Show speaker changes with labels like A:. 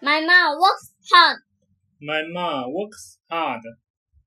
A: My mom works hard.
B: My mom works hard.